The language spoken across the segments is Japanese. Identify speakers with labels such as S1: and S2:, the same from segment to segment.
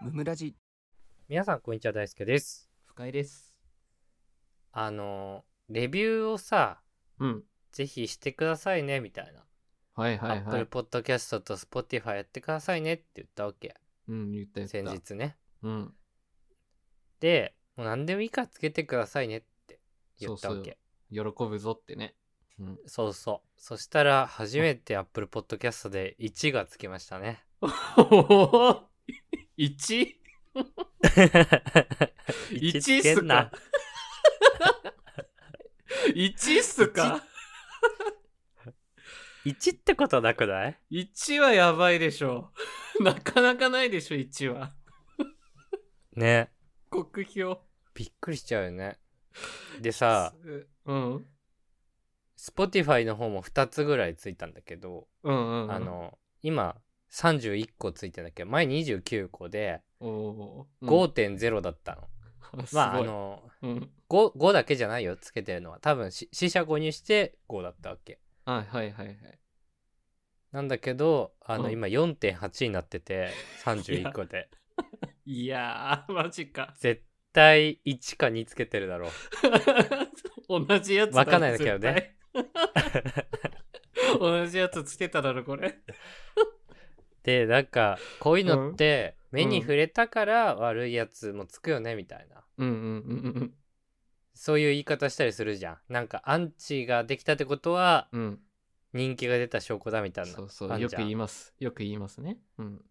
S1: ムラジ
S2: 皆さんこんにちは大輔です
S3: 深いです。
S2: あのレビューをさ
S3: うん。
S2: ぜひしてくださいねみたいな、
S3: はいはいはい。
S2: Apple Podcast と Spotify やってくださいねって言ったわけ
S3: うん、言ったやった。
S2: 先。日ね
S3: うん。
S2: でもう何でもいいからつけてくださいねって言ったわけ
S3: 喜ぶぞってね。うん。
S2: そうそうそしたら初めて Apple Podcast で1がつきました ね
S3: 1?
S2: 一
S3: 一っす か1っすか
S2: 1ってことなくない
S3: ?1 はやばいでしょ。なかなかないでしょ、1は。
S2: ね
S3: 国評。
S2: びっくりしちゃうよねでさ
S3: すうん。
S2: Spotify の方も2つぐらいついたんだけど、
S3: うんうんうん。
S2: あ、の今31個ついてんだけど前29個で
S3: おー、
S2: 5.0だったの、
S3: うん、
S2: まああ
S3: すごい、
S2: の
S3: うん。
S2: 5, 5だけじゃないよつけてるのは多分し四捨五入して5だったわけ
S3: はいはいはいはい。
S2: なんだけどあの、
S3: うん
S2: 今4.8になって て31個で
S3: いやー、マジか。
S2: 絶対1か2つけてるだろう
S3: 同じやつ
S2: わかんないんだけどね
S3: 絶対同じやつつけただろこれ
S2: でなんかこういうのって目
S3: う
S2: に
S3: ん
S2: 触れたから悪いやつもつくよねみたいな
S3: うんうんうん
S2: そういう言い方したりするじゃんなんかアンチができたってことは
S3: うんうん
S2: 人気が出た証拠だみたいな
S3: そうそ
S2: あ
S3: うんよ
S2: じ
S3: く
S2: ゃん
S3: 言いますよく言いますねうん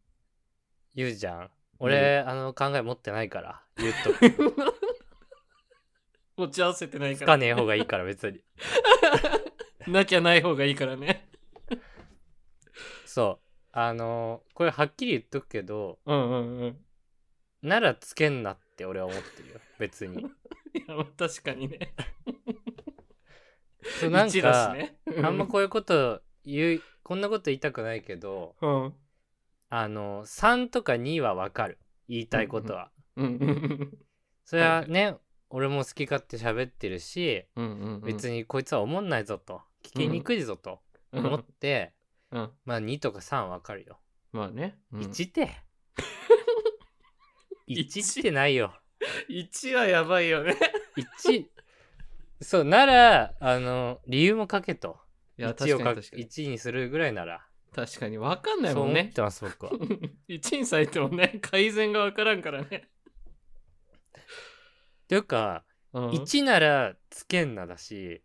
S2: 言うじゃん俺、あの考え持ってないから言っと く
S3: 持ち合わせてない
S2: つ
S3: か
S2: からねえ方がいいから別に
S3: なきゃない方がいいからね
S2: そうあのこれはっきり言っとくけど
S3: うんうんうん
S2: ならつけんなって俺は思ってるよ別に
S3: いやまあ確かにね
S2: そうなん
S3: 一だ
S2: か、
S3: しね
S2: あんまこういうこと言うこんなこと言いたくないけど
S3: うん
S2: あの3とか2はわかる言いたいことは、
S3: うんうん
S2: それはね、俺も好き勝手喋ってるし
S3: うんうんうん
S2: 別にこいつは思んないぞと聞きにくいぞと
S3: う
S2: 思っ
S3: ん
S2: て、
S3: うん
S2: まあ2とか3わかるよ
S3: まあねうん
S2: 1って、
S3: 一
S2: 1ってないよ
S3: 一はやばい よね
S2: 1そうならあの理由も書けと
S3: いや
S2: 1
S3: 確
S2: を
S3: かに
S2: か
S3: 確かに
S2: 1にするぐらいなら
S3: 確かにわかんない
S2: そう
S3: もん
S2: 思っ
S3: ね
S2: てます僕は
S3: 一にされてもね改善がわからんからね、
S2: というか1ならつけんなだし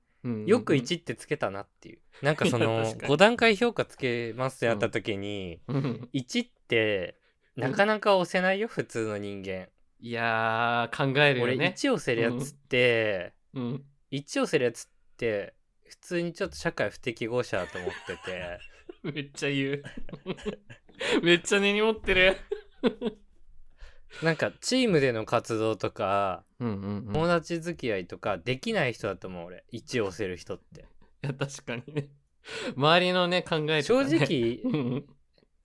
S2: よく1ってつけたなっていうなんかそ
S3: いや
S2: の
S3: 確かに
S2: 5段階評価つけますってなった時に
S3: うん
S2: 1ってなかなか押せないよ普通の人間
S3: いやー考える
S2: 俺
S3: よね
S2: 1押せるやつって
S3: うん、
S2: 一応せるやつって普通にちょっと社会不適合者だと思ってて
S3: めっちゃ言う めっちゃ根に持ってる
S2: なんかチームでの活動とか
S3: うんうん、い
S2: 友達付き合いとかできない人だと思う俺一押せる人って
S3: や確かにね周りのね考えと
S2: 正
S3: かね
S2: 直
S3: うん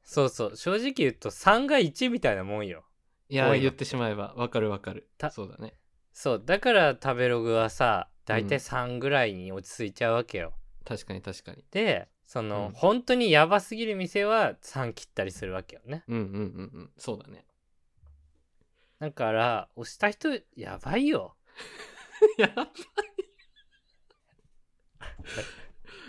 S2: そうそう正直言うと3が1みたいなもんよ
S3: いや
S2: 多い
S3: ー
S2: の
S3: 言ってしまえばわかるわかる
S2: た
S3: そうだね
S2: そうだから食べログはさ大体3ぐらいに落ち着いちゃうわけよ、
S3: 確かに確かに
S2: でその、
S3: うん
S2: 本当にやばすぎる店は3切ったりするわけよね
S3: うんうんうんうんそうだね
S2: だから押した人やばいよ
S3: やばい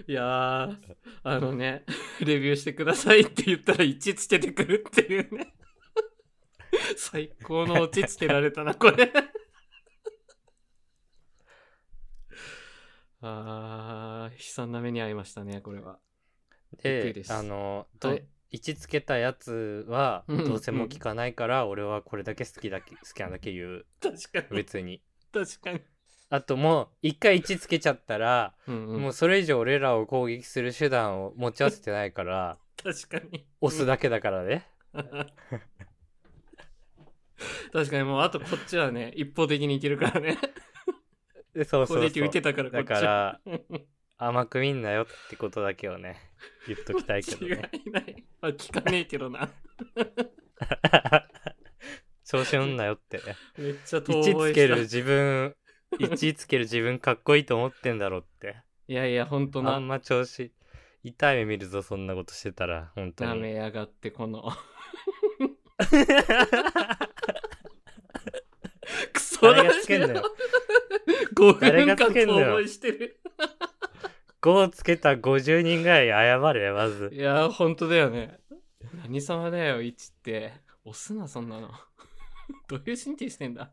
S3: い やーあのねレビューしてくださいって言ったら1つけてくるっていうね最高のオチつけられたなこれあー悲惨な目に遭いましたねこれはびっくり
S2: で
S3: です
S2: あのど、
S3: はい
S2: 位置つけたやつは
S3: うん
S2: どうせもう聞かないから俺はこれだけ好きだ け好きなだけ言う
S3: 確かに
S2: 別に
S3: 確かに、
S2: あともう一回位置つけちゃったら、
S3: うん
S2: も
S3: も
S2: う
S3: う
S2: それ以上俺らを攻撃する手段を持ち合わせてないから
S3: 確かに
S2: 押すだけだからね
S3: 確かにもうあとこっちはね一方的にいけるからね
S2: でそう
S3: こ
S2: そうそう
S3: れだけ受けたからこっ
S2: だ
S3: ち
S2: か
S3: は
S2: ら甘く見んなよってことだけをね言っときたいけど
S3: 間
S2: ね
S3: 違いないあ聞かねえけどな
S2: 調子乗んなよってね
S3: めっちゃ
S2: 位
S3: 遠
S2: 置
S3: 吠
S2: つ
S3: え
S2: け
S3: した
S2: る自分位置つける自分かっこいいと思ってんだろうって
S3: いやいや本当
S2: あ
S3: なん
S2: ま調子痛い目見るぞそん なことしてたら本当
S3: 舐
S2: に
S3: めやがってこの
S2: 誰がつけん のよ。
S3: 5
S2: 誰が
S3: 分
S2: つ
S3: 間
S2: けんのよ
S3: 遠吠えしてる。
S2: 5つけた50人ぐらい謝れ、まず。
S3: いやー、ほんとだよね。何様だよ、1って。押すな、そんなの。どういう神経してんだ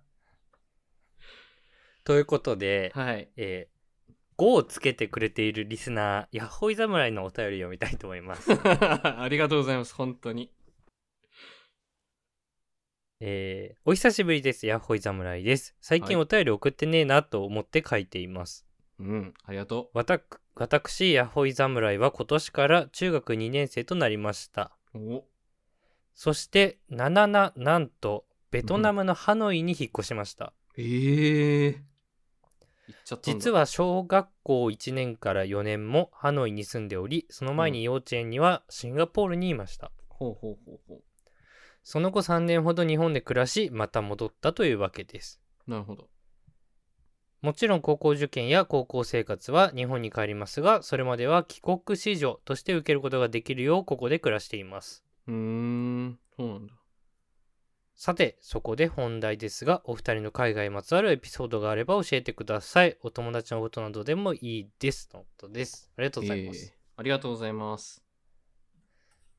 S2: ということで、
S3: はい。
S2: えー、5をつけてくれているリスナー、ヤッホイ侍のお便り読みたいと思い ます。
S3: ありがとうございます、本当に。
S2: えー、お久しぶりです。ヤッホイ侍です。最近
S3: は
S2: お便り送ってねえなと思って書いています。
S3: うん、ありがと
S2: わたく私、ヤッホイ侍は今年から中学2年生となりました。
S3: う。お
S2: そして、ななな、なんと、ベトナムのハノイに引っ越しました。
S3: ええー。行っちゃったんだ。
S2: 実は小学校1年から4年もハノイに住んでおり、その前に幼稚園にはシンガポールにいました。
S3: ほうほうほうほ
S2: その後3年ほど日本で暮らし、また戻ったというわけです。
S3: う。なるほど。
S2: もちろん高校受験や高校生活は日本に帰りますが、それまでは帰国子女として受けることができるようここで暮らしています。
S3: うーん、そうなんだ。
S2: さて、そこで本題ですが、お二人の海外まつわるエピソードがあれば教えてください。お友達のことなどでもいいです。のことです。ありがとうございます。
S3: えーありがとうございます。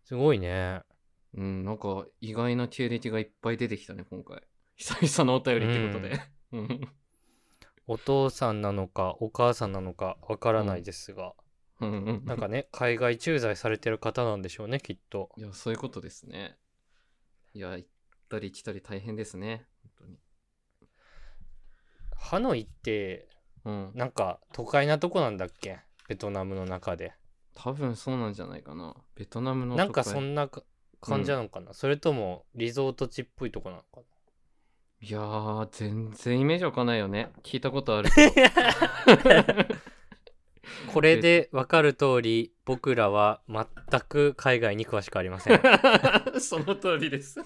S2: すごいね。
S3: うん、なんか意外な経歴がいっぱい出てきたね、今回。 久々のお便りってことで。うん。
S2: お父さんなのかお母さんなのかわからないですが、
S3: うんうん。
S2: なんかね海外駐在されてる方なんでしょうねきっと
S3: いや、そういうことですね。いや、行ったり来たり大変ですね。本
S2: ハノイって
S3: 当に。うん。
S2: なんか都会なとこなんだっけベトナムの中で
S3: 多分そうなんじゃないかな。ベトナムの
S2: なんか
S3: 都
S2: そ
S3: 会
S2: んなか感じなのかな、それともリゾート地っぽいとこなのか
S3: いやー、全然イメージわかんないよね。聞いたことあるけど。
S2: なこれでわかる通り僕らは全く海外に詳しくありません
S3: その通りです。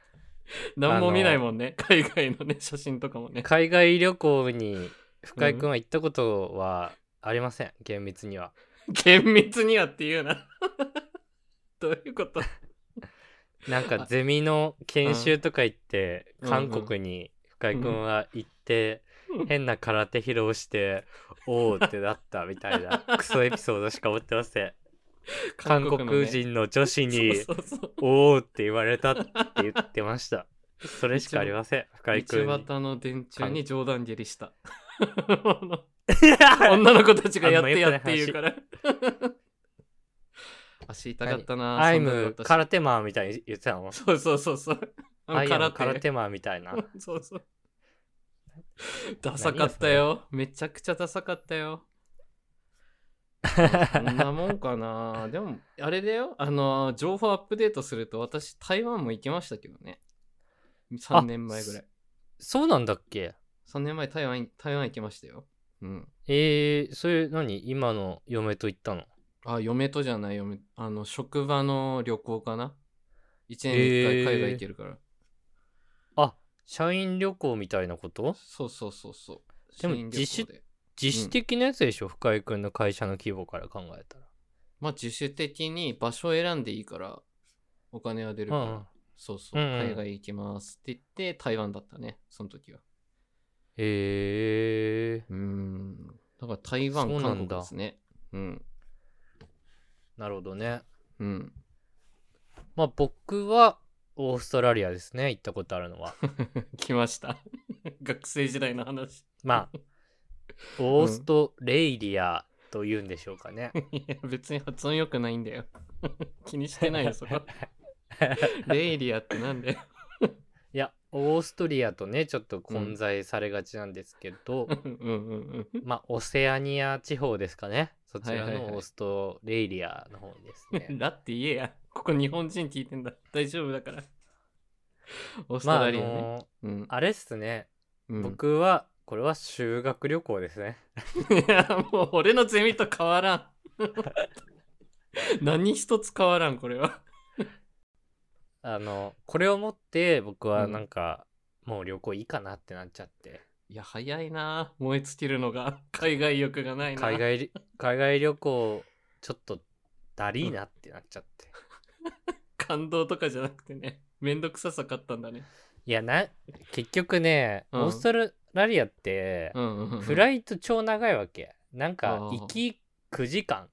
S3: 何も見ないもんね。海外のね、写真とかもね。
S2: 海外旅行に深井君は行ったことはありません、厳密には
S3: 厳密にはっていうな。 どういうこと
S2: なんかゼミの研修とか行って、
S3: うん
S2: 韓国に深井君は行って、変な空手披露して、おおってなったみたい なクソエピソードしか持ってません韓
S3: のね
S2: 国人の女子に
S3: そうそうそう
S2: おおって言われたって言ってましたそれしかありません深井君
S3: 道
S2: に
S3: 端の電柱
S2: 韓
S3: に冗談蹴り した。女の子たちがやってやって言 うから。足痛かったな。
S2: アイ
S3: そんなのだっ
S2: ム
S3: たし
S2: 空手マンみたいに言ってたの
S3: そうそうそうそう。
S2: アイム空
S3: 空手。
S2: 手マンみたいな
S3: そ うそう。ダサかったよ。めちゃくちゃダサかった よ。そんなもんかな。でも、あれだよ。あの、情報アップデートすると、私、台湾も行きましたけどね。3年前ぐらい。
S2: そうなんだっけ
S3: 3年前、台湾、台湾行きましたよ。うん。
S2: えー、それ何今の嫁と行ったの
S3: あ、嫁とじゃない、嫁。あの、職場の旅行かな。1年に1回海外行けるから。
S2: あ社員旅行みたいなこと
S3: そうそうそうそう。
S2: でも
S3: 社員旅行
S2: 自主自主的なやつでしょ、深井君の会社の規模から考えたら。
S3: まあ自主的に場所を選んでいいからお金は出るから、
S2: うんうん
S3: そうそう、
S2: うんうん
S3: 海外行きますって言って台湾だったねその時は
S2: へえ
S3: うーんだから台湾
S2: そうな
S3: 韓
S2: んだ
S3: 国ですねうん
S2: なるほどね。
S3: うん
S2: まあ僕はオーストラリアですね行ったことあるの は。
S3: 来ました 学生時代の話
S2: まあオーストレイリアというんでしょうかね。
S3: いや 別に発音良くないんだよ 気にしてないよそ こレイリアってなんだよ
S2: いやオーストリアとねちょっと混在されがちなんですけど、
S3: うんうんうんうん
S2: まあオセアニア地方ですかねそちら
S3: はいはいはい
S2: のオーストレイリアの方ですね。
S3: だって言えやここ日本人聞いてんだ大丈夫だからオースト
S2: まあ
S3: ラ
S2: あ
S3: リアね、
S2: のー
S3: うん
S2: あれっすね、
S3: うん
S2: 僕はこれは修学旅行ですね。
S3: いや、もう俺のゼミと変わらん。 何一つ変わらん、これは。
S2: あのこれを持って僕は
S3: うん
S2: なんか、もう旅行いいかなってなっちゃって
S3: いや、早いな。燃え尽きるのが、海外欲がないな。
S2: 海外り海外旅行ちょっとだりーなってなっちゃって、
S3: 感動とかじゃなくてね、めんどくささかったんだね。
S2: いやな結局ね、
S3: うん
S2: オーストラリアって、
S3: うんうんうん
S2: フライト超長いわけなん
S3: あ
S2: か
S3: ー
S2: 行き9時間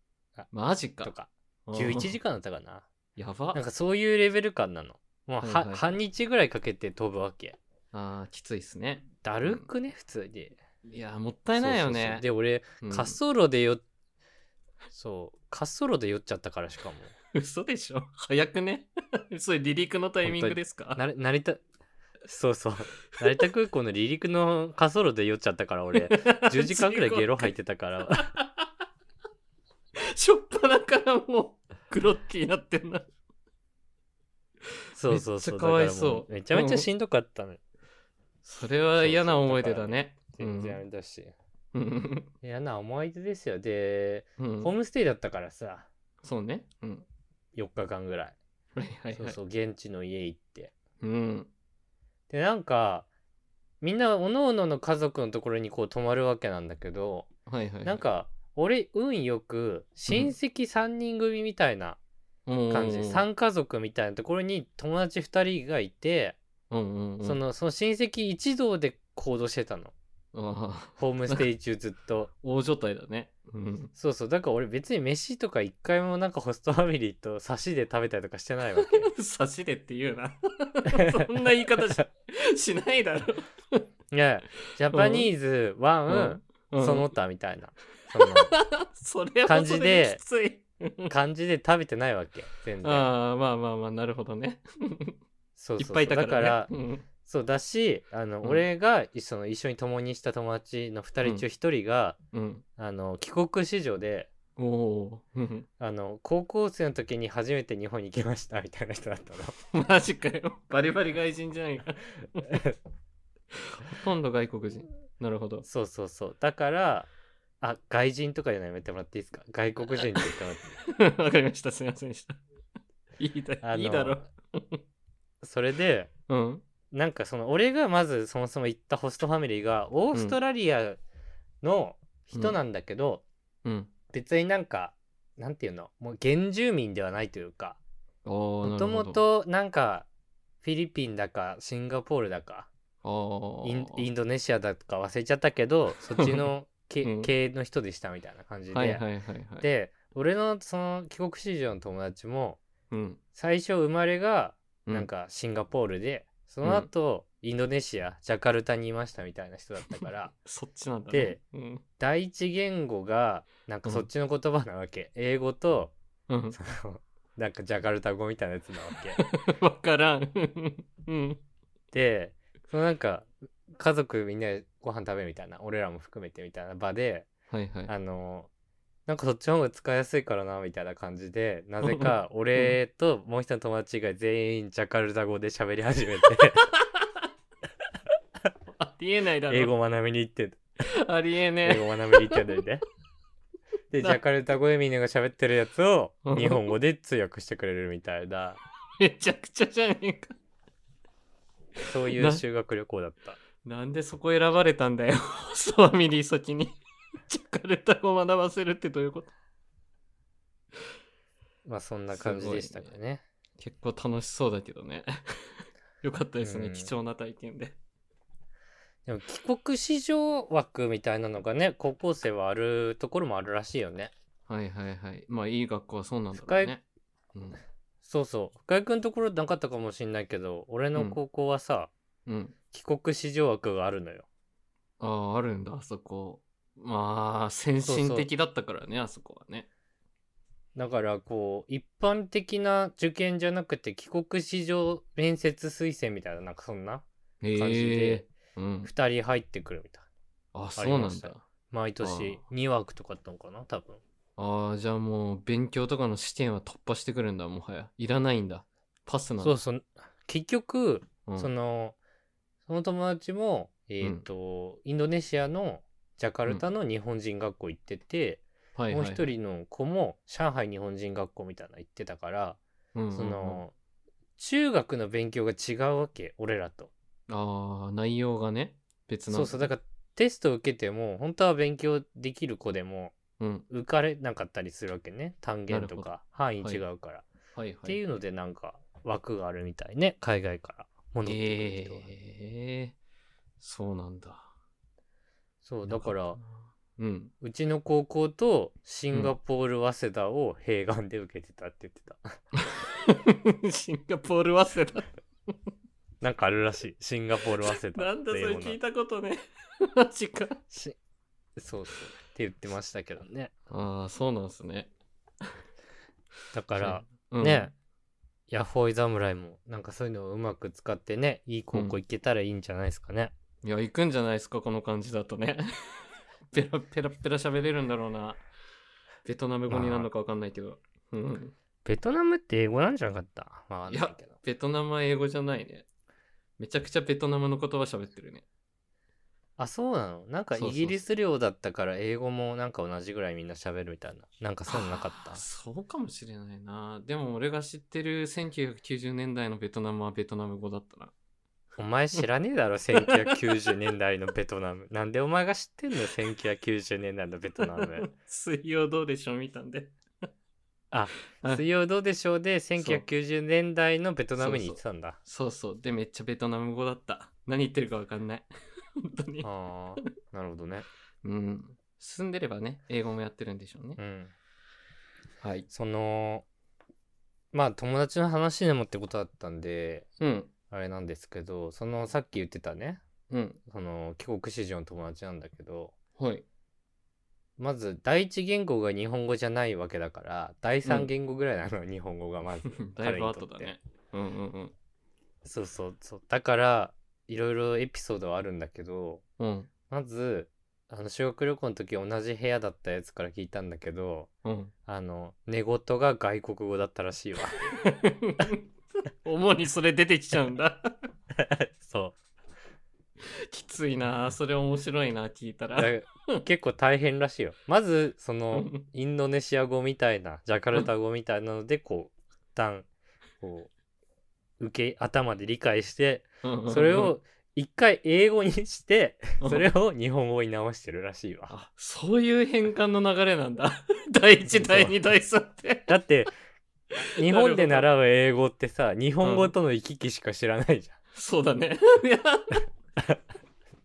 S3: マジか
S2: とか
S3: うん
S2: 11時間だったかな
S3: やば
S2: なんかそういうレベル感なのもうは、
S3: はいはいはい
S2: 半日ぐらいかけて飛ぶわけ
S3: あーきついっすね
S2: だるくね普通に
S3: いやもったいないよ
S2: そうそうそ
S3: ね
S2: うで俺
S3: うん
S2: 滑走路でよ、そう滑走路で酔っちゃったからしか も
S3: 嘘でしょ早くね それ離陸のタイミングですか
S2: なれ成田そう そう成田空港の離陸の滑走路で酔っちゃったから俺10時間ぐらいゲロ吐いてたから
S3: しょっぱなからもうグロッキーになってんな
S2: そうそうそう
S3: めっちゃかわいそう
S2: だらもめちゃめちゃしんどかったのよ、
S3: それは嫌な思い出だね
S2: 全然あれだし
S3: うん
S2: 嫌な思い出ですよで、
S3: うん
S2: ホームステイだったからさ
S3: そうねうん
S2: 4日間ぐらい
S3: はいはい
S2: そ
S3: は
S2: う
S3: い
S2: そう現地の家行って
S3: うん
S2: でなんかみんなおのおのの家族のところにこう泊まるわけなんだけど
S3: はいはい
S2: なんか俺運よく親戚3人組みたいな感
S3: 感
S2: じ、3家族みたいなところに友達2人がいて、
S3: うんうんうん
S2: そのその親戚一同で行動してたの
S3: ああ
S2: ホームステイ中ずっと
S3: 大所帯だね うん
S2: そうそうだから俺別に飯とか一回もなんかホストファミリーと差しで食べたりとかしてない わけ
S3: 差しでって言うな そんな言い方ししないだろ
S2: いやジャパニーズワン、
S3: うんうん
S2: その他みたいなその
S3: それは
S2: 感じで
S3: それきつい
S2: 感じで食べてないわけ全然
S3: ああまあまあまあなるほどね
S2: そうそう
S3: いっ
S2: そう
S3: ぱいいたから,、ね、
S2: だから
S3: うん
S2: そうだしあの、
S3: うん
S2: 俺がいその一緒に共にした友達の2人中1人が、
S3: うん、
S2: あの帰国子女で
S3: おおー
S2: あの高校生の時に初めて日本に行きましたみたいな人だ ったの
S3: マジかよバリバリ外人じゃな いかほとんど外国人なるほ ど
S2: そうそうそうだからあ外人とかじゃないやめてもらっていいですか外国人って言ってもらって
S3: わかりましたすいませんでしたいいだ
S2: あの
S3: いいだろ
S2: それで
S3: うん
S2: なんかその俺がまずそもそも行ったホストファミリーがオーストラリアの人なんだけど、
S3: うん
S2: 別になんかなんていうのもう原住民ではないというか
S3: おお
S2: も
S3: な
S2: と
S3: る
S2: も
S3: ほど
S2: となんかフィリピンだかシンガポールだか
S3: あー
S2: インインドネシアだとか忘れちゃったけ どそっちのけ
S3: うん
S2: 系の人でしたみたいな感じで、
S3: はいはいはいはい
S2: で俺のその帰国子女の友達も
S3: うん
S2: 最初生まれが
S3: うん
S2: なんかシンガポールで、その後インドネシアジャカルタにいましたみたいな人だったから
S3: そっちなんだ、ね、
S2: で
S3: うん、
S2: 第一言語がなんかそっちの言葉なわけ、英語と
S3: うん、
S2: そのなんかジャカルタ語みたいなやつなわけ
S3: わからんうん
S2: でそのなんか家族みんなでご飯食べるみたいな俺らも含めてみたいな場で
S3: はいはい
S2: あのなんかそっちの方が使いやすいからなみたいな感じでなぜか 俺ともう一人の友達が全員ジャカルタ語で喋り始 めて
S3: ありえないだろ
S2: 英語学びに行って
S3: ありえ
S2: 英
S3: ね
S2: 語学びに行ってんだよね。でジ
S3: な
S2: ャカルタ語でみんなが喋ってるやつを
S3: うん
S2: 日本語で通訳してくれるみたいな
S3: えめちゃくちゃじゃねえか
S2: そういう
S3: な
S2: 修学旅行だった。
S3: なんでそこ選ばれたんだよ ソワミリー先にジャカルタ語学ばせるってどういうこと
S2: まあそんな感じでしたか
S3: す
S2: ね。
S3: 結構楽しそうだけどね よかったですね、
S2: うん
S3: 貴重な体験で
S2: でも帰国子女枠みたいなのがね高校生はあるところもあるらしいよね。
S3: はいはいはいまあいい学校はそうなんだろうね、うん
S2: そうそう深井君のところなかったかもしんないけど俺の高校はさ、
S3: うん、
S2: 帰国子女枠があるのよ
S3: あああるんだあそこまあ先進的だったからねあそこはね
S2: だからこう一般的な受験じゃなくて帰国子女面接推薦みたいななんかそんな
S3: へ
S2: 感じで
S3: えうん、
S2: 2人入ってくるみたい
S3: あ
S2: あ
S3: そう
S2: り
S3: な
S2: ま
S3: ん
S2: した
S3: だ
S2: 毎年2枠とかあったのかな多分
S3: ああじゃあもう勉強とかの試験は突破してくるんだもはやいらないんだパスなんだ
S2: そうそう結局、
S3: うん
S2: そのその友達もえっ、と、インドネシアのジャカルタの日本人学校行ってて、
S3: はい
S2: もう
S3: はい
S2: 一人の子も上海日本人学校みたいなの行ってたから、
S3: うんうんうん
S2: その中学の勉強が違うわけ俺らと
S3: ああ内容がね別なん
S2: そうそうだからテストを受けても本当は勉強できる子でも
S3: うん
S2: 受かれなかったりするわけね単元と
S3: なるほ
S2: か範囲
S3: はい
S2: 違うから、
S3: はいはい
S2: っていうのでなんか枠があるみたいね海外から戻ってくる人は、
S3: ええそうなんだ。
S2: そうだから、
S3: うん。
S2: うちの高校とシンガポール早稲田を併願で受けてたって言ってた
S3: シンガポール早稲田。
S2: なんかあるらしいシンガポール早稲田
S3: なんだそれ
S2: って
S3: 聞
S2: いう
S3: い
S2: よ
S3: たことね。 マジか。
S2: うなしそうそうって言ってましたけどね
S3: ああ、そうなんすね。
S2: だから、
S3: うん、
S2: ねヤッホーイ侍もなんかそういうのをうまく使ってねいい高校行けたらいいんじゃないですかね、
S3: いや、行くんじゃないですか、この感じだとね。 ペラペラペラ喋れるんだろうな。ベトナム語になるのかわかんないけど。うん。
S2: ベトナムって英語なんじゃなかったまあ
S3: いや
S2: けど、
S3: ベトナムは英語じゃないね。めちゃくちゃベトナムの言葉喋ってるね。
S2: あそうなのなんか
S3: そうそう
S2: イギリス領だったから英語もなんか同じぐらいみんな喋るみたいななんかそういうのなかった
S3: あーそうかもしれないな。でも俺が知ってる1990年代のベトナムはベトナム語だったな。
S2: お前知らねえだろ1990年代のベトナムなんでお前が知ってんの1990年代のベトナム
S3: 水曜どうでしょう見たんで。 あ
S2: 水曜どうでしょうで1990年代のベトナムに行ってたんだ
S3: そうそう。で、めっちゃベトナム語だった。何言ってるかわかんない。 本当に。
S2: ああなるほどね
S3: うん。進んでればね、英語もやってるんでしょうね
S2: う。ん
S3: はい。
S2: そのまあ友達の話でもってことだったんで
S3: うん。
S2: あれなんですけどそのさっき言ってたね
S3: うん。
S2: その帰国子女の友達なんだけど
S3: はい。
S2: まず第一言語が日本語じゃないわけだから第三言語ぐらいなの、日本語がまず
S3: だ
S2: 彼
S3: いぶ後
S2: にと
S3: だ
S2: って
S3: ね。うんうん
S2: そうそうそうだからいろいろエピソードはあるんだけど
S3: うん。うん。
S2: まずあの修学旅行の時同じ部屋だったやつから聞いたんだけど
S3: うん。
S2: あの寝言が外国語だったらしいわ
S3: 主にそれ出てきちゃうんだ。
S2: そ
S3: きついな。それ面白いな、聞いた
S2: う
S3: ら。
S2: だ から結構大変らしいよまずそうの
S3: ん
S2: インドネシア語みたいなジャカルタ語みたいなのでこう一旦こう受け頭で理解して
S3: うんうん
S2: それを一回英語にして
S3: うん
S2: それを日本語に直してるらしいわ
S3: あそういう変換の流れなんだ。 第一、第二、第三って。
S2: だ って日
S3: ほど
S2: 本で習う英語ってさ日本語との行き来しか知らないじゃん。
S3: そうだね。いや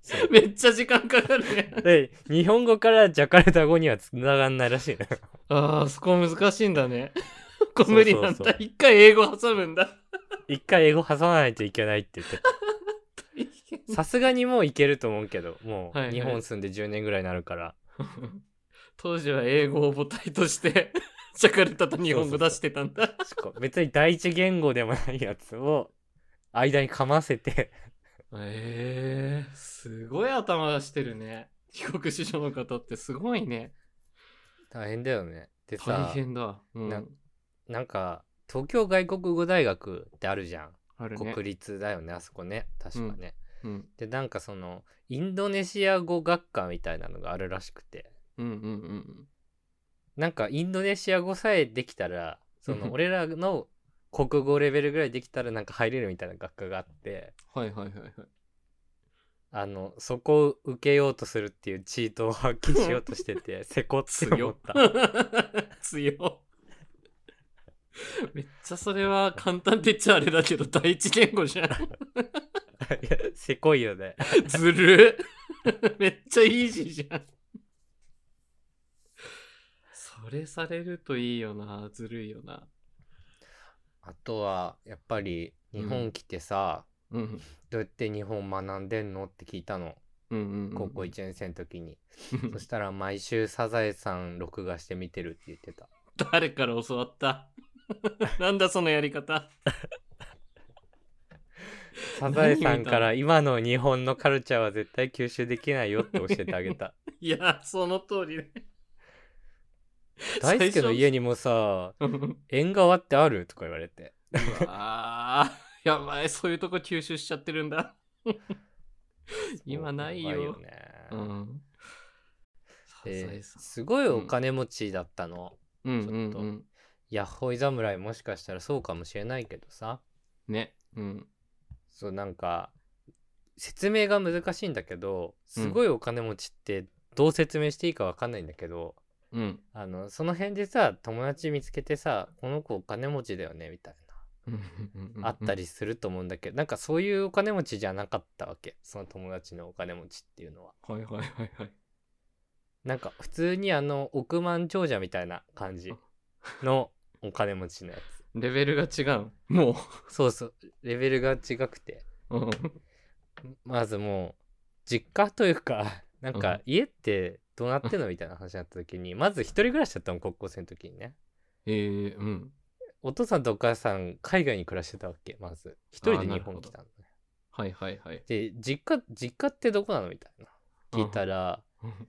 S2: そう
S3: めっちゃ時間かかるね。
S2: で日本語からジャカルタ語にはつながんないらしいのよ
S3: ああ、そこ難しいんだね。こう無理なん
S2: そうそう
S3: だ。
S2: そう
S3: 一回英語挟むんだ。
S2: 一回英語挟まないといけないって言ってた
S3: 大変
S2: さすがにもういけると思うけども
S3: はいは
S2: う
S3: い
S2: 日本住んで10年ぐらいになるから、
S3: 当時は英語を母体として、 ジャカルタと日本語出してたんだ。
S2: しか別に第一言語でもないやつを間にかませて
S3: ええすごい頭してるね。帰国子女の方ってすごいね。
S2: 大変だよね。で
S3: 大
S2: さ
S3: 変だ。うん。
S2: ななんか東京外国語大学ってあるじゃん。
S3: あるね。
S2: 国立だよねあそこね確かね、
S3: うん。
S2: でなんかそのインドネシア語学科みたいなのがあるらしくて
S3: うんうんうん
S2: なんかインドネシア語さえできたらそ
S3: うん
S2: の俺らの国語レベルぐらいできたらなんか入れるみたいな学科があって
S3: うん。はいはいはいはい。
S2: あのそこを受けようとするっていうチートを発揮しようとして てせこって思
S3: 強
S2: っ
S3: った 強めっちゃそれは簡単って言っちゃあれだけど第一言語じゃん
S2: いや せこいよね
S3: ずる めっちゃイージーじゃんそれされるといいよなずるいよな
S2: あとはやっぱり日本来てさ、
S3: うん
S2: どうやって日本学んでんのって聞いたの
S3: うんうんうん
S2: 高校1年生の時に、そしたら毎週サザエさん録画して見てるって言ってた。
S3: 誰から教わった なんだそのやり方
S2: サザエさんから今の日本のカルチャーは絶対吸収できないよって教えてあげ た。
S3: いやその通りね
S2: 大輔の家
S3: に
S2: にもさ、
S3: うん
S2: 縁側ってあるとか言われて。
S3: うわーやばいそういうとこ吸収しちゃってるんだ今ないよ
S2: やばね
S3: うん
S2: で
S3: サザエさん
S2: すごいお金持ちだったの。
S3: うん
S2: ち
S3: う
S2: ょっ
S3: ん
S2: と
S3: うん
S2: ヤッホイ侍もしかしたらそうかもしれないけどさ。
S3: ねうん
S2: そうなんか説明が難しいんだけどすごいお金持ちってどう説明していいかわかんないんだけど、
S3: うん
S2: あのその辺でさ友達見つけてさこの子お金持ちだよねみたいなあったりすると思うんだけど、なんかそういうお金持ちじゃなかったわけその友達のお金持ちっていうのは
S3: はいはいはいはい
S2: なんか普通にあの億万長者みたいな感じのお金持ちのや
S3: レベルが違うも
S2: つそうそうレベルが違くて
S3: う、うん、
S2: まずもう実家というか なん
S3: うん
S2: か家ってどうなってんのみたいな話になった時にまず一人暮らしだったの高校生の時にね
S3: えー、うん
S2: お父さんとお母さん海外に暮らしてたわけまず一人で日本来たのね
S3: はいはいはい
S2: で実家実家ってどこなのみたいな聞いたら、
S3: うん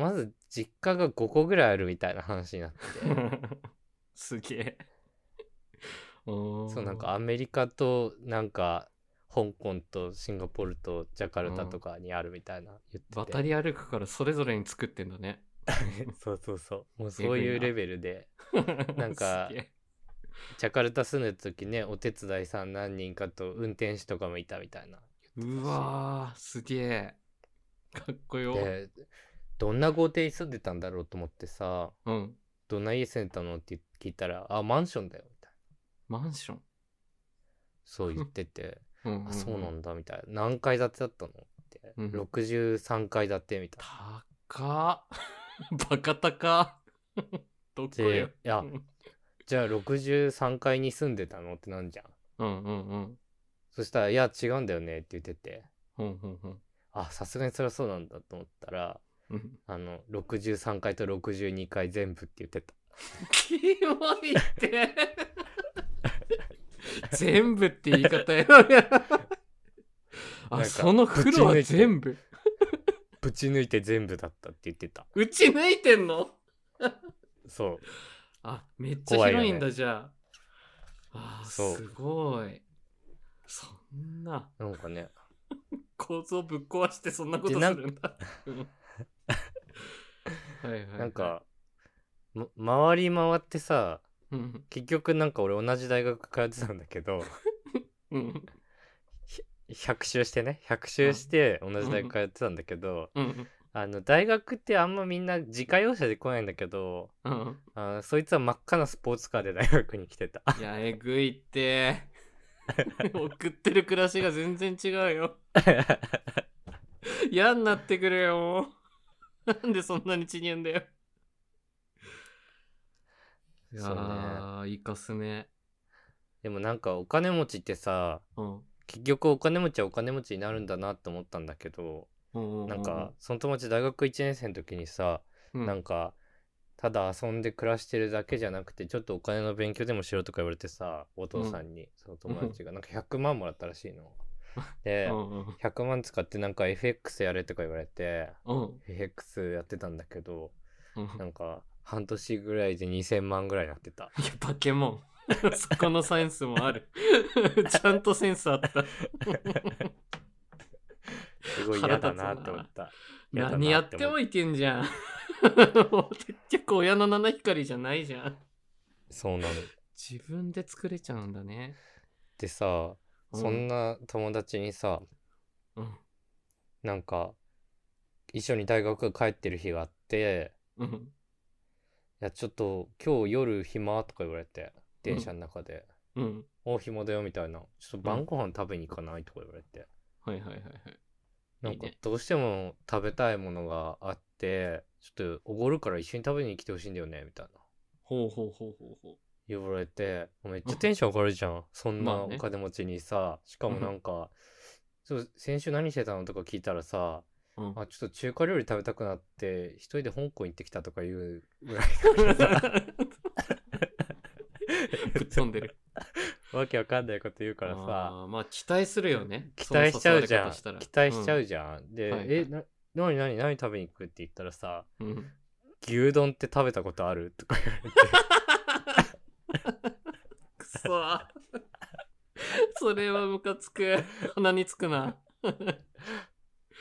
S2: まず実家が5個ぐらいあるみたいな話になって
S3: すげ えそ
S2: そうなんかアメリカとなんか香港とシンガポールとジャカルタとかにあるみたいな言ってて
S3: 渡り歩くからそれぞれに作ってんだね
S2: そうそうそうもうそういうレベルでなんか
S3: すげえ
S2: ジャカルタ住んでた時ねお手伝いさん何人かと運転手とかもいたみたいな
S3: うわーすげえかっこよ、
S2: でどんな豪邸に住んでたんだろうと思ってさ
S3: うん
S2: どんな家住んでたのって聞いたらあマンションだよみたいな
S3: マンション、
S2: そう言って て
S3: うん
S2: あそうなん
S3: だ
S2: んだみたいな何階建てだったのって
S3: うん
S2: 63階建てみたいな
S3: 高っ バカ高っどこよ
S2: でいや
S3: うん
S2: じゃあ63階に住んでたのってなんじゃん
S3: うんうんうん
S2: そしたら「いや違うんだよね」って言ってて
S3: うんうんうん
S2: あさすがにそりゃそうなんだと思ったら
S3: うん
S2: あの63階と62階全部って言ってた
S3: キモいって全部って言い方や
S2: なん
S3: あ
S2: か
S3: その苦労は全部
S2: ぶち抜いて全部だったって言ってた
S3: 打ち抜いてんの
S2: そう
S3: あめっちゃ
S2: 怖いよね
S3: 広いんだじゃああー
S2: そう
S3: すごいそんな
S2: なんかね
S3: 構造ぶっ壊してそんなことす
S2: でな
S3: る
S2: ん
S3: んだうん はいはいはい
S2: なんか、ま回り回ってさ
S3: うん
S2: 結局なんか俺同じ大学通ってたんだけ ど
S3: うん
S2: 100周してね100周して同じ大学通ってたんだけど、
S3: うん
S2: あの大学ってあんまみんな自家用車で来ないんだけど
S3: うん
S2: あーそいつは真っ赤なスポーツカーで大学に来てた
S3: いやえぐいって 送ってる暮らしが全然違う よ嫌になってくれよなんでそんなにちにんだよいや
S2: そうね
S3: ーイカスね
S2: でもなんかお金持ちってさ
S3: うん
S2: 結局お金持ちはお金持ちになるんだなって思ったんだけど
S3: う
S2: なんか、その友達大学1年生の時にさ、
S3: う
S2: なんかただ遊んで暮らしてるだけじゃなくてちょっとお金の勉強でもしろとか言われてさお父さんに、その友達がなんか100万もらったら しいの。で、
S3: うんうん
S2: 100万使ってなんか FX やれとか言われて
S3: うん、
S2: FX やってたんだけど
S3: うん、
S2: ないんか半年ぐらいで2000万ぐらいになってた。
S3: やバケモン そこのセンスもあ るちゃんとセンスあった
S2: すごい嫌だなって思った。嫌だな
S3: 何やっても
S2: 思
S3: いけんじゃん もう結局親の七光じゃないじゃん
S2: そうなの。
S3: 自分で作れちゃうんだね
S2: でさ、そん
S3: な、
S2: な友達にさ、
S3: うん
S2: なんか、一緒に大学帰ってる日があって、
S3: うん
S2: いや、ちょっと今日夜暇とか言われて、電車の中で、
S3: うん、
S2: お暇だよみたいな、ちょっと晩ご飯食べに行かないとか言われて、
S3: はいはいはいはい
S2: なん
S3: いい
S2: か
S3: ね
S2: どうしても食べたいものがあって、ちょっとおごるから一緒に食べに来てほしいんだよね、みたいな。
S3: ほうほうほうほうほ
S2: 言われてめっちゃテンション上がるじゃんそん
S3: ま
S2: な
S3: あね
S2: お金持ちにさしかもなんかそう先週何してたのとか聞いたらさ
S3: う、うん、
S2: あちょっと中華料理食べたくなって一人で香港行ってきたとか言うぐらい
S3: ぶっ飛んでる
S2: わけわかんないこと言うからさ
S3: あーまあ期待するよね
S2: 期待しちゃうじゃん期
S3: その誘われ方たら
S2: 待しちゃうじゃん、で、
S3: はいはい
S2: えな何何何食べに行くって言ったらさ
S3: うんうん
S2: 牛丼って食べたことあるとか言われて
S3: くそ それはムカつく鼻につくな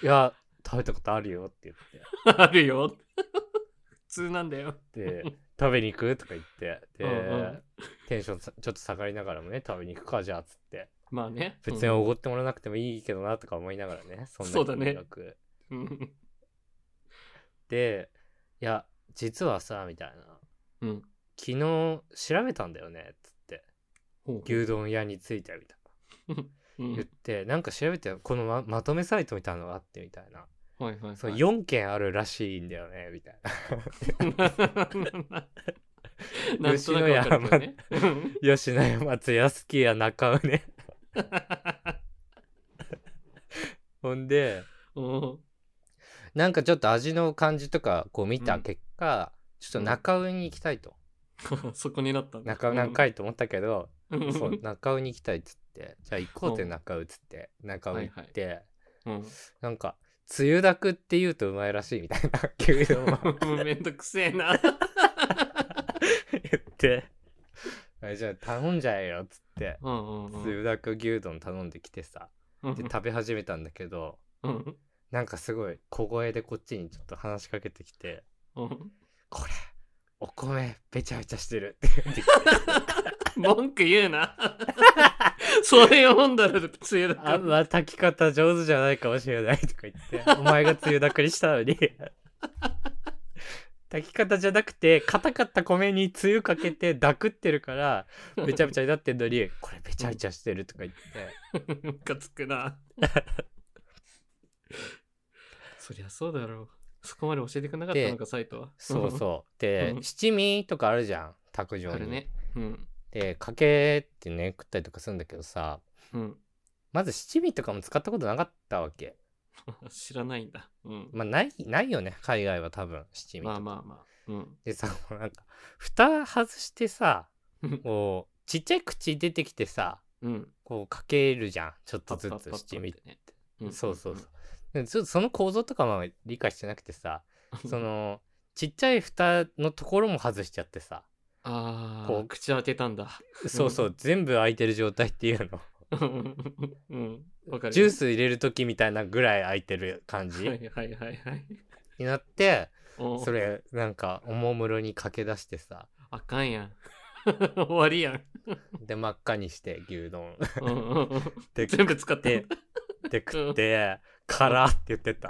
S2: いや食べたことあるよって言って
S3: あるよ普通なんだよ
S2: で食べに行くとか言ってで、
S3: うんうん
S2: テンションさちょっと下がりながらもね食べに行くかじゃあっつって
S3: まあね
S2: 別におごってもらわなくてもいいけどなとか思いながらねそんな
S3: そうだね
S2: 金額
S3: うん
S2: でいや実はさみたいな
S3: うん
S2: 昨日調べたんだよねっつって
S3: ほう
S2: 牛丼屋についてみたいな
S3: うん
S2: 言って、なんか調べてこのままとめサイトみたいなのがあってみたいな、
S3: はいはいはい。
S2: そう4件あるらしいんだよねみたいな
S3: なんとなくわかるけどね。うん
S2: 吉野家松屋すき家中尾ねほんで
S3: お
S2: なんかちょっと味の感じとかこう見
S3: う
S2: た
S3: ん
S2: 結果、ちょっと中尾に行きたいと、
S3: ーそこになったんだ
S2: 中尾何回と思ったけど、
S3: うん
S2: そう中尾に行きたいっつってじゃあ行こうって
S3: うん
S2: 中尾っつって中尾行って、
S3: うん
S2: なんかつゆだくって言うとうまいらしいみたいな 牛丼を
S3: めんどくせえな。
S2: 言ってあじゃあ頼んじゃえよっつって
S3: うんうんうん
S2: つゆだく牛丼頼んできてさ
S3: うん
S2: で食べ始めたんだけど
S3: うん
S2: なんかすごい小声でこっちにちょっと話しかけてきて
S3: うん
S2: 「これお米べちゃべちゃしてる」って言ってきて
S3: 文句言うな。そういうもんだろ、つゆだ
S2: あ
S3: か
S2: んま炊き方上手じゃないかもしれないとか言ってお前がつゆだくりしたのに 炊き方じゃなくて硬かった米につゆかけてだくってるから
S3: ら。
S2: べちゃべちゃになってんのにこれべちゃべちゃしてるとか言って
S3: ムカつくな。そりゃそうだろう。そこまで教えてくれなかったのか、サイトは。
S2: そう
S3: う
S2: そうで
S3: うん
S2: 七味とかあるじゃん卓
S3: ん。
S2: 上
S3: ある
S2: に、
S3: ね。うん。
S2: でかけってね食ったりとかするんだけどさ
S3: うん。
S2: まず七味とかも使ったことなかったわけ
S3: 知らないんだ。うん。
S2: まあないないよね海外は多分七味とか
S3: まあまあまあ。うん。
S2: でさもうなんか蓋外してさ
S3: うん
S2: こうちっちゃい口出てきてさ
S3: うん。
S2: こうかけるじゃんちょっとず
S3: パ
S2: つ
S3: ッパッパッパッ
S2: 七味
S3: っ
S2: って
S3: ね。ん
S2: そうそうそう。でちょっとその構造とかまあ理解してなくてさそ。のちっちゃい蓋のところも外しちゃってさ
S3: あ
S2: こ
S3: あ
S2: う、
S3: 口開けたんだ。
S2: そうそう全部開いてる状態っていうの
S3: うんうん。わかるよ。
S2: ジュース入れる時みたいなぐらい開いてる感じ
S3: はいはいはいはい。
S2: になって
S3: お
S2: それなんかおもむろに駆け出してさ
S3: あかんやん。終わりやん。
S2: で真っ赤にして牛丼
S3: うんうんうん
S2: で
S3: 全部使って。
S2: で食って「辛」って言って た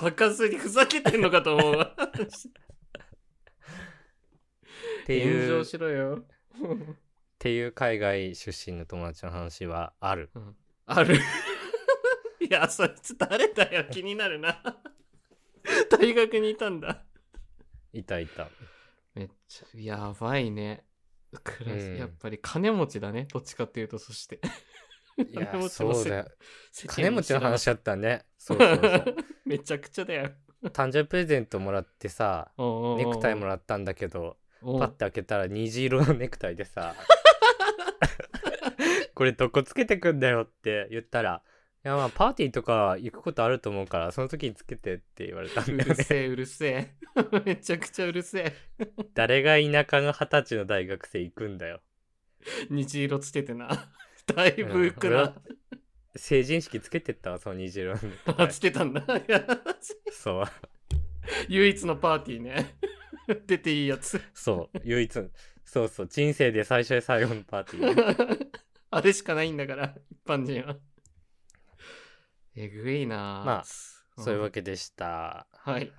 S3: バカすぎふざけてんのかと思うわ。
S2: っていう
S3: 炎
S2: っ
S3: 上しろよ。
S2: ていう海外出身の友達の話はある
S3: うんある。いや、そいつ誰だよ。気になるな。大学にいたんだ。
S2: いたいた
S3: めっちゃ、やばいね。クラス
S2: うん
S3: やっぱり金持ちだね。どっちかっていうと、そして。
S2: い
S3: 金
S2: や
S3: 持ちの
S2: そう
S3: せ
S2: だよ
S3: 世 間
S2: 金持ちの話だったね
S3: 知
S2: そうそ
S3: らな
S2: うそ
S3: い
S2: う
S3: めちゃくちゃだよ。
S2: 誕生日プレゼントもらってさ
S3: おうおうおう
S2: ネクタイもらったんだけどパッて開けたら虹色のネクタイで さ「これどこつけてくんだよ」って言ったら「いやまあパーティーとか行くことあると思うからその時につけて」って言われた
S3: うんん
S2: だ
S3: う
S2: よ
S3: る
S2: ね
S3: せえうるせえ めちゃくちゃうるせえ
S2: 誰が田舎の二十歳の大学生行くんだよ
S3: 虹色つけて なだいぶ浮くな、
S2: 成人式つけてったわその虹色のネクタ
S3: あ
S2: イ
S3: つけたんだ いや
S2: そう
S3: 唯一のパーティーね 出ていいやつ
S2: そう唯一そうそう人生で最初で最後のパーティーね
S3: あれしかないんだから一般人はえぐいな
S2: まあそういうわ
S3: け
S2: けでした
S3: はい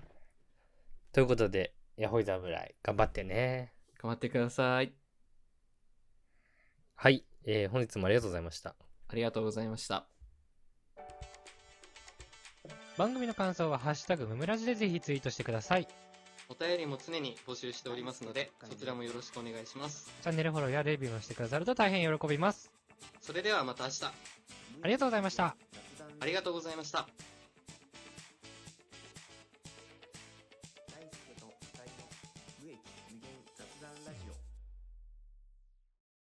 S2: ということでヤホイ侍頑張ってね
S3: 頑張ってください
S2: はい、えー本日もありがとうございました
S3: ありがとうございました
S2: 番組の感想は「ハッシュタグむむらじ」でぜひツイートしてくださいチ
S3: お便りも常に募集しておりますのでそちらもよろしくお願いします
S2: ャンネルフォローやレビューもしてくださると大変喜びます
S3: それではまた明日
S2: ありがとうございました
S3: ありがとうございました
S1: 大輔と二人の無益無限雑談ラジオ